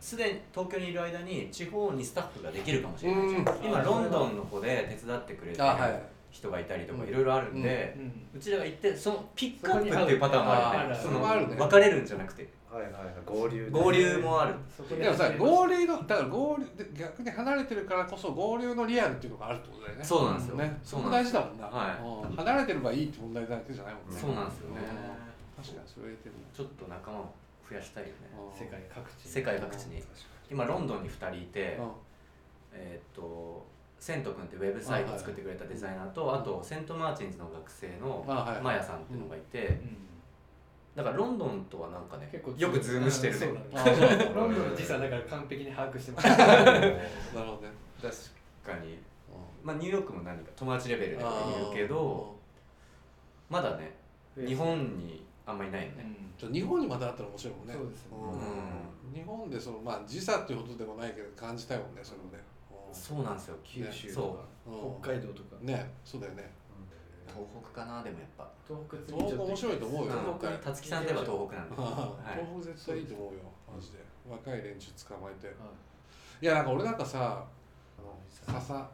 Speaker 1: すでに東京にいる間に地方にスタッフができるかもしれないじゃん
Speaker 2: うん
Speaker 1: 今ロンドンの方で手伝ってくれてる
Speaker 2: あはい
Speaker 1: 人がいたりとか
Speaker 2: うん
Speaker 1: いろいろあるんで、
Speaker 3: う
Speaker 1: うんちらが行ってそのピックアップっていうパターンもあるよね
Speaker 3: そ
Speaker 1: そ
Speaker 3: こに
Speaker 2: 合うあるある
Speaker 1: の
Speaker 2: そこもあるね
Speaker 1: 別れるんじゃなくて
Speaker 4: はいはいはい合流
Speaker 1: 合流もある
Speaker 3: そこ
Speaker 2: でもさ
Speaker 3: 走れば
Speaker 2: 合流のだから合流で逆に離れてるからこそ合流のリアルっていうのがあるってことだよね
Speaker 1: そうなんですよ、
Speaker 2: ね
Speaker 1: そ
Speaker 2: そうこ
Speaker 1: なん
Speaker 2: 大
Speaker 1: です
Speaker 2: 事だもんな、
Speaker 1: はい
Speaker 2: うん離れてればいいって問題だけじゃないもんね
Speaker 1: そうなんですよね
Speaker 2: うん確かにそれは言ってるね
Speaker 1: ちょっと仲間を増やしたいよね
Speaker 2: うん
Speaker 3: 世界各地
Speaker 1: 世界各地に今ロンドンに2人いて、えーっとセント君ってウェブサイト作ってくれたデザイナーと、
Speaker 2: はい
Speaker 1: あとセントマーチンズの学生の
Speaker 2: あはい
Speaker 1: マヤさんっていうのがいて、
Speaker 3: うん
Speaker 1: だからロンドンとはなんかね
Speaker 3: 結構
Speaker 1: よくズームしてるね
Speaker 3: そうだね
Speaker 2: あそうなる
Speaker 3: ロンドンの時差だから完璧に把握してます
Speaker 2: ほどね
Speaker 1: 確かに、まあ、ニューヨークも何か友達レベルでいる
Speaker 2: あー
Speaker 1: けどまだね日本にあんまりないよ
Speaker 3: う
Speaker 1: ね、
Speaker 3: ん
Speaker 2: ちょ日本にまたあったら面白いもんね
Speaker 3: そうですね
Speaker 1: う
Speaker 2: 日本でそのまあ時差っていうことでもないけど感じたいもんねそれもね
Speaker 1: そうなんですよ
Speaker 3: 九州
Speaker 1: そう
Speaker 3: とか北海道とか
Speaker 2: うんねそうだよね
Speaker 1: 東北かなでもやっぱ
Speaker 3: 東北次
Speaker 2: 東北面白いと思うよ
Speaker 1: うん
Speaker 2: 東北
Speaker 1: たつきさんといえば東北なんで、はい
Speaker 2: 東北絶対いいと思うよマジで若い連中捕まえて
Speaker 3: はい
Speaker 2: いやなんか俺なんかさ笹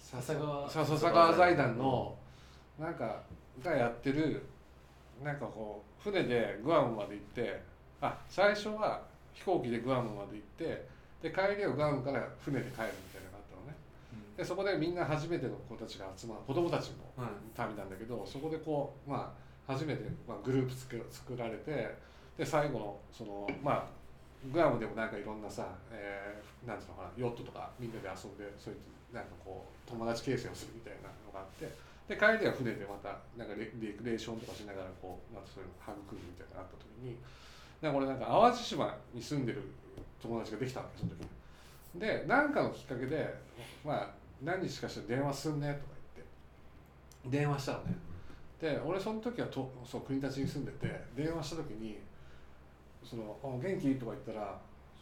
Speaker 3: 笹川
Speaker 2: さ笹川財団のなんかがやってるなんかこう船でグアムまで行ってあ最初は飛行機でグアムまで行ってで帰りはグアムから船で帰るみたいなのがあったのねでそこでみんな初めての子たちが集まる子供たちの
Speaker 1: はい
Speaker 2: 旅なんだけどそこでこうまあ初めて、まあ、グループ作作られてで最後のそのまあグアムでもなんかいろんなさ、えーなんていうのかなヨットとかみんなで遊んでそういうなんかこう友達形成をするみたいなのがあってで帰りは船でまたなんかレレクレーションとかしながらこうなんかそういうの育むみたいなのがあった時になんか俺なんか淡路島に住んでる友達ができたわけその時に。で何かのきっかけで「まあ、何日かして電話すんね」とか言って電話したのねで俺その時はとそう国立に住んでて電話した時に「そのあ元気?」とか言ったら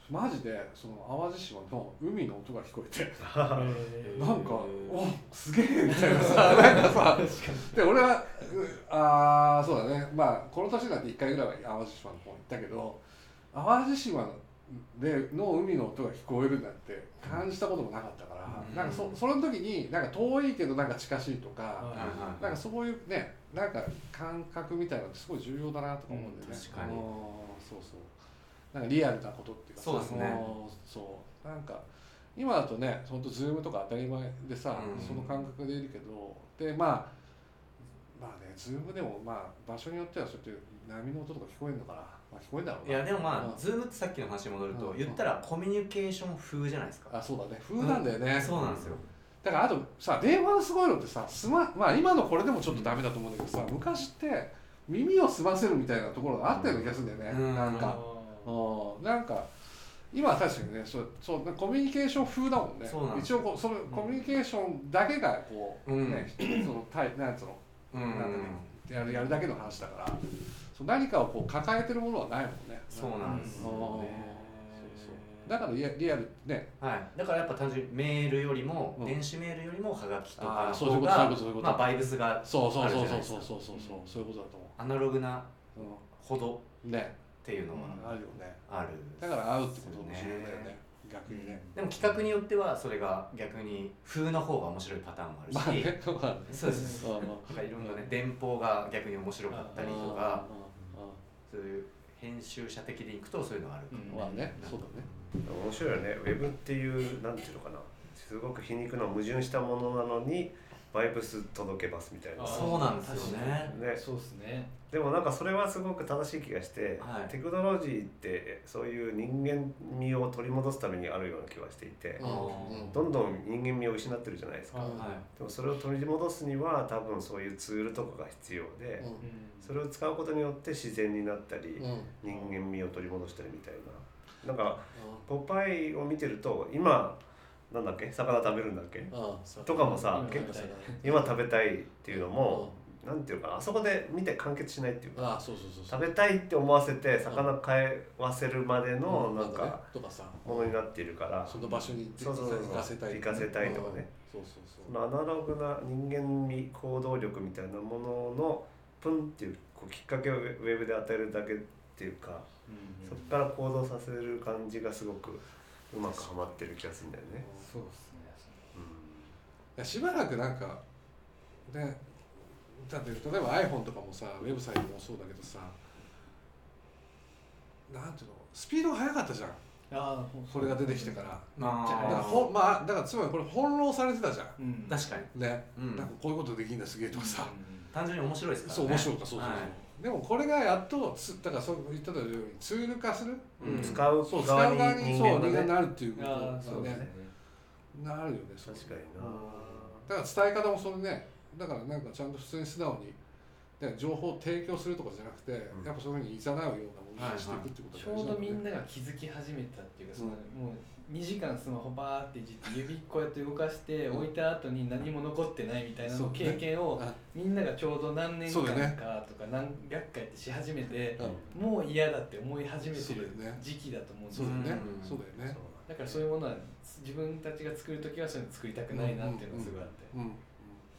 Speaker 2: マジでその淡路島の海の音が聞こえて
Speaker 3: えー
Speaker 2: なんか「おすげえ」みたいなさなんかさで俺はうああそうだねまあこの年になって1回ぐらいは淡路島の方に行ったけど淡路島での海の音が聞こえるなんて感じたこともなかったから、
Speaker 1: うん
Speaker 2: なんかそその時になんか遠いけどなんか近しいとか、
Speaker 1: はいはいはい
Speaker 2: なんかそういうねなんか感覚みたいなのってすごい重要だなとか思うんだよね、
Speaker 1: うん確かに
Speaker 2: あのーそうそうなんかリアルなことっていうかさ
Speaker 1: そうですね
Speaker 2: もうそうなんか今だとね本当ズームとか当たり前でさ、
Speaker 1: うん
Speaker 2: その感覚でいるけどでまあまあねズームでもまあ場所によってはそうやって波の音とか聞こえるのかな、まあ、聞こえるんだろう
Speaker 1: い
Speaker 2: な
Speaker 1: やでもま
Speaker 2: うん
Speaker 1: あ、ズームってさっきの話に戻ると、
Speaker 2: うん
Speaker 1: 言ったらコミュニケーション風じゃないですか。
Speaker 2: あそうだね風なんだよね、
Speaker 1: そうなんですよ。
Speaker 2: だからあとさ電話のすごいのってさすま、まあ、今のこれでもちょっとダメだと思うんだけどさ昔って耳を澄ませるみたいなところがあったような気がするんだよね、
Speaker 1: うん
Speaker 2: なん
Speaker 3: あ
Speaker 2: か、うん、なんか今は確かにねそうそうコミュニケーション風だもんね
Speaker 1: そうなんです
Speaker 2: 一応こうそのコミュニケーションだけがこう、
Speaker 1: うん
Speaker 2: ね、そのタイなんつうの
Speaker 1: うん
Speaker 2: なんかねやるやるだけの話だからそう何かをこう抱えてるものはないもんね
Speaker 1: そうなんですよ
Speaker 2: うん
Speaker 1: ね。
Speaker 2: そうそうだからリアリアルね
Speaker 1: はい、だからやっぱ単純にメールよりも、
Speaker 2: うん
Speaker 1: 電子メールよりもはがきとか
Speaker 2: あー
Speaker 1: の
Speaker 2: そうい
Speaker 1: 方
Speaker 2: うこと
Speaker 1: が
Speaker 2: そういうことそういうこと
Speaker 1: まあバイブスが
Speaker 2: そうそうそうそう
Speaker 1: あるじ
Speaker 2: そ
Speaker 1: ゃな
Speaker 2: う
Speaker 1: いです
Speaker 2: そうそうそうそういうことだと思
Speaker 1: アナログな
Speaker 2: う、うん
Speaker 1: ほど
Speaker 2: ね、
Speaker 1: っていうのは
Speaker 2: あるよね
Speaker 1: ある、
Speaker 2: だから会うってことも重要だよね逆にね、
Speaker 1: でも企画によってはそれが逆に風の方が面白いパターンもあるし、
Speaker 2: まあねまあね
Speaker 1: そうです
Speaker 2: うんうん
Speaker 1: なんかいろんなね電報が逆に面白かったりとかそういう編集者的でいくとそういうのがある
Speaker 3: うん
Speaker 2: うんうんまあねそうだね
Speaker 4: 面白いよねウェブっていうなんていうのかなすごく皮肉な矛盾したものなのにバイブス届けますみたいな
Speaker 3: ー
Speaker 1: そうなんですよね
Speaker 3: 確かにそうですね
Speaker 4: でもなんかそれはすごく正しい気がして、
Speaker 1: はい
Speaker 4: テクノロジーってそういう人間味を取り戻すためにあるような気はしていて、
Speaker 2: うん
Speaker 4: どんどん人間味を失ってるじゃないですか、
Speaker 3: は
Speaker 2: うん
Speaker 1: はい
Speaker 4: でもそれを取り戻すには多分そういうツールとかが必要で、
Speaker 2: うん
Speaker 3: うん
Speaker 4: それを使うことによって自然になったり、
Speaker 2: うん
Speaker 4: 人間味を取り戻したりみたいななんかポパイを見てると今なんだっけ魚食べるんだっけ
Speaker 2: うん
Speaker 4: とかもさ
Speaker 3: 今
Speaker 4: 結
Speaker 3: 食べた
Speaker 4: 構
Speaker 3: い
Speaker 4: 今食べたいっていうのも、なんていうかなあそこで見て完結しないっていうか
Speaker 2: ああそうそうそうそう
Speaker 4: 食べたいって思わせて魚買わせるまでのなん
Speaker 2: ね
Speaker 4: か
Speaker 2: とかさ
Speaker 4: ものになっているから
Speaker 2: その場所に行
Speaker 4: そうそうそうそう
Speaker 2: 行かせたい
Speaker 4: 行かせたいとかね
Speaker 2: うんそうそう
Speaker 4: そ
Speaker 2: そう
Speaker 4: のアナログな人間味行動力みたいなもののプンっていうこうきっかけをウェブで与えるだけっていうかそこから行動させる感じがすごくうまくはまってる気がするんだよね。
Speaker 3: そうですね
Speaker 4: う
Speaker 2: いやしばらくなんかねだって例えば iPhone とかもさウェブサイトもそうだけどさなんていうのスピードが速かったじゃん
Speaker 3: ああ
Speaker 2: これが出てきてからだから
Speaker 1: あ
Speaker 2: ほまあだからつまりこれ翻弄されてたじゃん
Speaker 3: うん
Speaker 1: ー確かに、
Speaker 2: ね、
Speaker 1: うん
Speaker 2: なんかこういうことできんだすげえとかさ、
Speaker 1: 単純に面白いですからね
Speaker 2: そう面白いかそうそうそう、
Speaker 1: はい
Speaker 2: でもこれがやっとつだからそう言ってたようにツール化する、
Speaker 1: う
Speaker 4: ん
Speaker 1: ん
Speaker 4: 使う
Speaker 2: そう使う
Speaker 4: 側
Speaker 2: 側
Speaker 4: に
Speaker 2: に
Speaker 4: 人
Speaker 2: そう人
Speaker 4: 間
Speaker 2: 間
Speaker 4: が
Speaker 2: に
Speaker 4: ね
Speaker 2: なるっていうこと
Speaker 3: ああそう
Speaker 2: だ
Speaker 3: で
Speaker 2: よ
Speaker 3: すね
Speaker 2: ねなるよねそう
Speaker 4: 確かにな
Speaker 2: だから伝え方もそれねだからなんかちゃんと普通に素直に、ね、情報を提供するとかじゃなくて、
Speaker 4: うん
Speaker 2: やっぱそういうふうにいざなうようなものにしていくってこと
Speaker 3: ちょうどみん
Speaker 2: な
Speaker 3: なが気づき始めたっていうか、
Speaker 2: うん
Speaker 3: そのもう2時間スマホバーっていじって指こうやって動かして置いた後に何も残ってないみたいな
Speaker 2: そう
Speaker 3: 経験を
Speaker 2: あ
Speaker 3: みんながちょうど何年間
Speaker 2: そうだよね
Speaker 3: かとか何百回ってし始めて
Speaker 2: うん
Speaker 3: もう嫌だって思い始めてる
Speaker 2: そうだよね
Speaker 3: 時期だと思うんです
Speaker 2: そ
Speaker 3: よ
Speaker 2: うだよね、
Speaker 1: うん
Speaker 2: そうだよね
Speaker 3: だからそういうものは自分たちが作る時はそういうの作りたくないなっていうのがすごいあって、
Speaker 2: うん、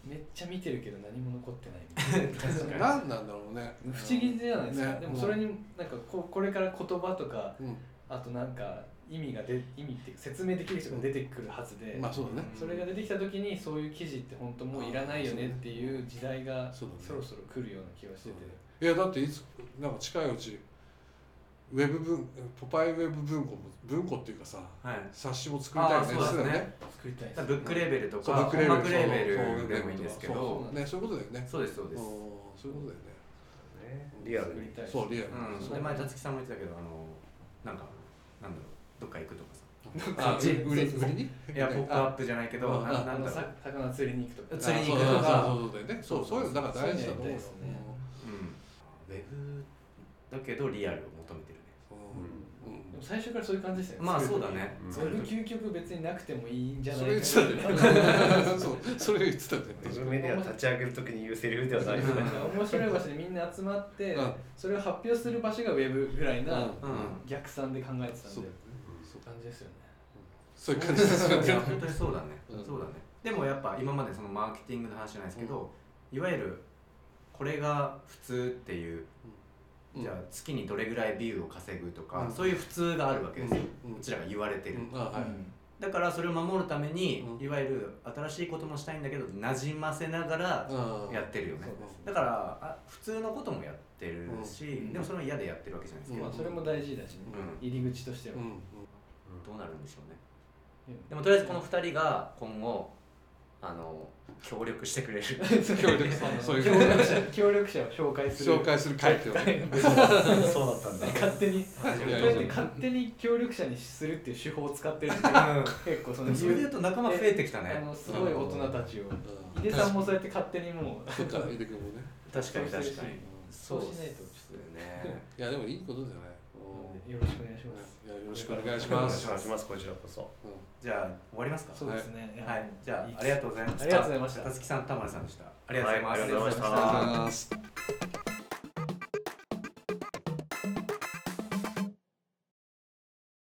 Speaker 3: めっちゃ見てるけど何も残ってないみたいな
Speaker 2: うん、何なんだろうね
Speaker 3: 不思議じゃないですか、
Speaker 2: ね
Speaker 3: でもそれになんかここれから言葉とか
Speaker 2: うん
Speaker 3: あとなんか意味がで意味っていうか説明できる人が出てくるはずで、
Speaker 2: まあそうだね、
Speaker 3: それが出てきた時にそういう記事って本当もういらないよねっていう時代がそ
Speaker 2: そうだね
Speaker 3: ろそろ来るような気がしてて、
Speaker 2: いやだっていつなんか近いうちウェブ文ポパイウェブ文庫も文庫っていうかさ
Speaker 1: はい
Speaker 2: 冊子も作りたいよね
Speaker 1: あーそうですね
Speaker 2: だよ
Speaker 3: 作りたいです
Speaker 1: ブックレーベルと
Speaker 2: そう
Speaker 1: か音楽レー
Speaker 2: そう
Speaker 1: ベルでもいいんですけ
Speaker 2: そう
Speaker 3: そう
Speaker 1: ど
Speaker 2: そうねそういうことだよね
Speaker 1: そうですそう
Speaker 2: うん
Speaker 1: です
Speaker 2: そういうことだよね
Speaker 4: ねリアル
Speaker 3: 作り
Speaker 4: に
Speaker 3: たいです
Speaker 2: そうリアル
Speaker 1: うん、で前辰木さんも言ってたけどあのなんかなんだろうどっか行くと かさ
Speaker 2: あ
Speaker 1: あ
Speaker 2: 売り
Speaker 1: そう
Speaker 2: 売り
Speaker 1: そう
Speaker 2: 売りに
Speaker 1: いやポップアップじゃないけど
Speaker 2: あ
Speaker 1: なな
Speaker 3: あ
Speaker 1: んだ
Speaker 3: の
Speaker 1: ろ
Speaker 3: さ
Speaker 1: う、
Speaker 3: 魚釣りに行くとか
Speaker 1: 釣りに行く
Speaker 2: あ
Speaker 1: とか
Speaker 2: そうそうそうそうだよねそうそういうのだから大事だと思う
Speaker 3: そういうのやりたい
Speaker 2: よ
Speaker 3: ですねうん、ウェブ
Speaker 1: だけどリアルを求めてるね
Speaker 2: うんうん
Speaker 3: でも最初からそういう感じでしたよね
Speaker 1: まあ
Speaker 3: 作
Speaker 1: そう
Speaker 3: る
Speaker 1: だ
Speaker 3: 時
Speaker 1: ね、
Speaker 4: うん
Speaker 3: それ究極別になくてもいいんじゃな
Speaker 2: そ
Speaker 3: い
Speaker 2: れ言ってたんだ
Speaker 3: な
Speaker 2: よねそうそれ言ってたんだよ
Speaker 4: ウェ
Speaker 2: ね
Speaker 4: ブメディア立ち上げるときに言うセリフではないよね
Speaker 3: なんか面白い場所でみんな集まって、
Speaker 2: うん
Speaker 3: それを発表する場所がウェブぐらいな
Speaker 2: うん
Speaker 1: うん
Speaker 3: 逆算で考えてたんで、
Speaker 2: そ
Speaker 3: そ
Speaker 2: うだ
Speaker 3: うい
Speaker 2: よね
Speaker 3: う感じですよね
Speaker 2: そういう感じですよ
Speaker 1: いや
Speaker 2: ね
Speaker 1: 本当にそうだね、
Speaker 2: うん
Speaker 1: そうだねでもやっぱ今までそのマーケティングの話じゃないですけど、いわゆるこれが普通っていう、
Speaker 2: うん
Speaker 1: じゃあ月にどれぐらいビューを稼ぐとか、
Speaker 2: うん
Speaker 1: そういう普通があるわけですよ、
Speaker 2: うん
Speaker 1: うちらが言われてる、
Speaker 2: うんあはい
Speaker 1: だからそれを守るために、
Speaker 2: うん
Speaker 1: いわゆる新しいこともしたいんだけど馴染ませながら
Speaker 2: うん
Speaker 1: やってるよね、
Speaker 2: そ
Speaker 1: だ
Speaker 2: う
Speaker 1: からあ普通のこともやってるし、
Speaker 3: うん
Speaker 1: でもそれも嫌でやってるわけじゃないですけど、
Speaker 3: ま
Speaker 2: う
Speaker 3: あ
Speaker 2: ん
Speaker 3: それも大事だしね、
Speaker 1: う
Speaker 3: 入り口としては、
Speaker 2: うんうん
Speaker 1: どうなるんでしょうね
Speaker 3: うん
Speaker 1: でもとりあえずこの2人が今後あの協力して くれる
Speaker 2: 協力さんそうい
Speaker 3: 協
Speaker 2: う
Speaker 3: 力者協力者を紹介する
Speaker 2: 紹介する会っていうのね
Speaker 4: そうだったん だ
Speaker 3: 勝手に
Speaker 2: いや
Speaker 3: だって勝手に協力者にするっていう手法を使ってるんで結構その
Speaker 1: それで言うと仲間増えてきた
Speaker 3: あ
Speaker 1: ね
Speaker 3: のすごい大人たち
Speaker 2: う
Speaker 3: を
Speaker 2: ん
Speaker 3: 井出さんもそうやって勝手にもう
Speaker 2: そっか井出君もね
Speaker 1: 確かに確かに
Speaker 3: そうしないとちょ
Speaker 1: そうっすね
Speaker 2: いやでもいいことだよね
Speaker 3: っとよろしくお願いします
Speaker 2: いやよろしくお願いし
Speaker 4: お願
Speaker 2: ま
Speaker 4: い
Speaker 2: す
Speaker 4: しますこちらこそ
Speaker 2: うん
Speaker 1: じゃあ終わりますか
Speaker 3: そうですねや
Speaker 1: はいじゃあありがとうございました
Speaker 3: ありがとうございました
Speaker 1: たつきさんたまりさんでしたあ
Speaker 4: あ
Speaker 1: りがとうございます、
Speaker 4: ありがとうございまし
Speaker 2: ありが
Speaker 4: た
Speaker 2: とうございます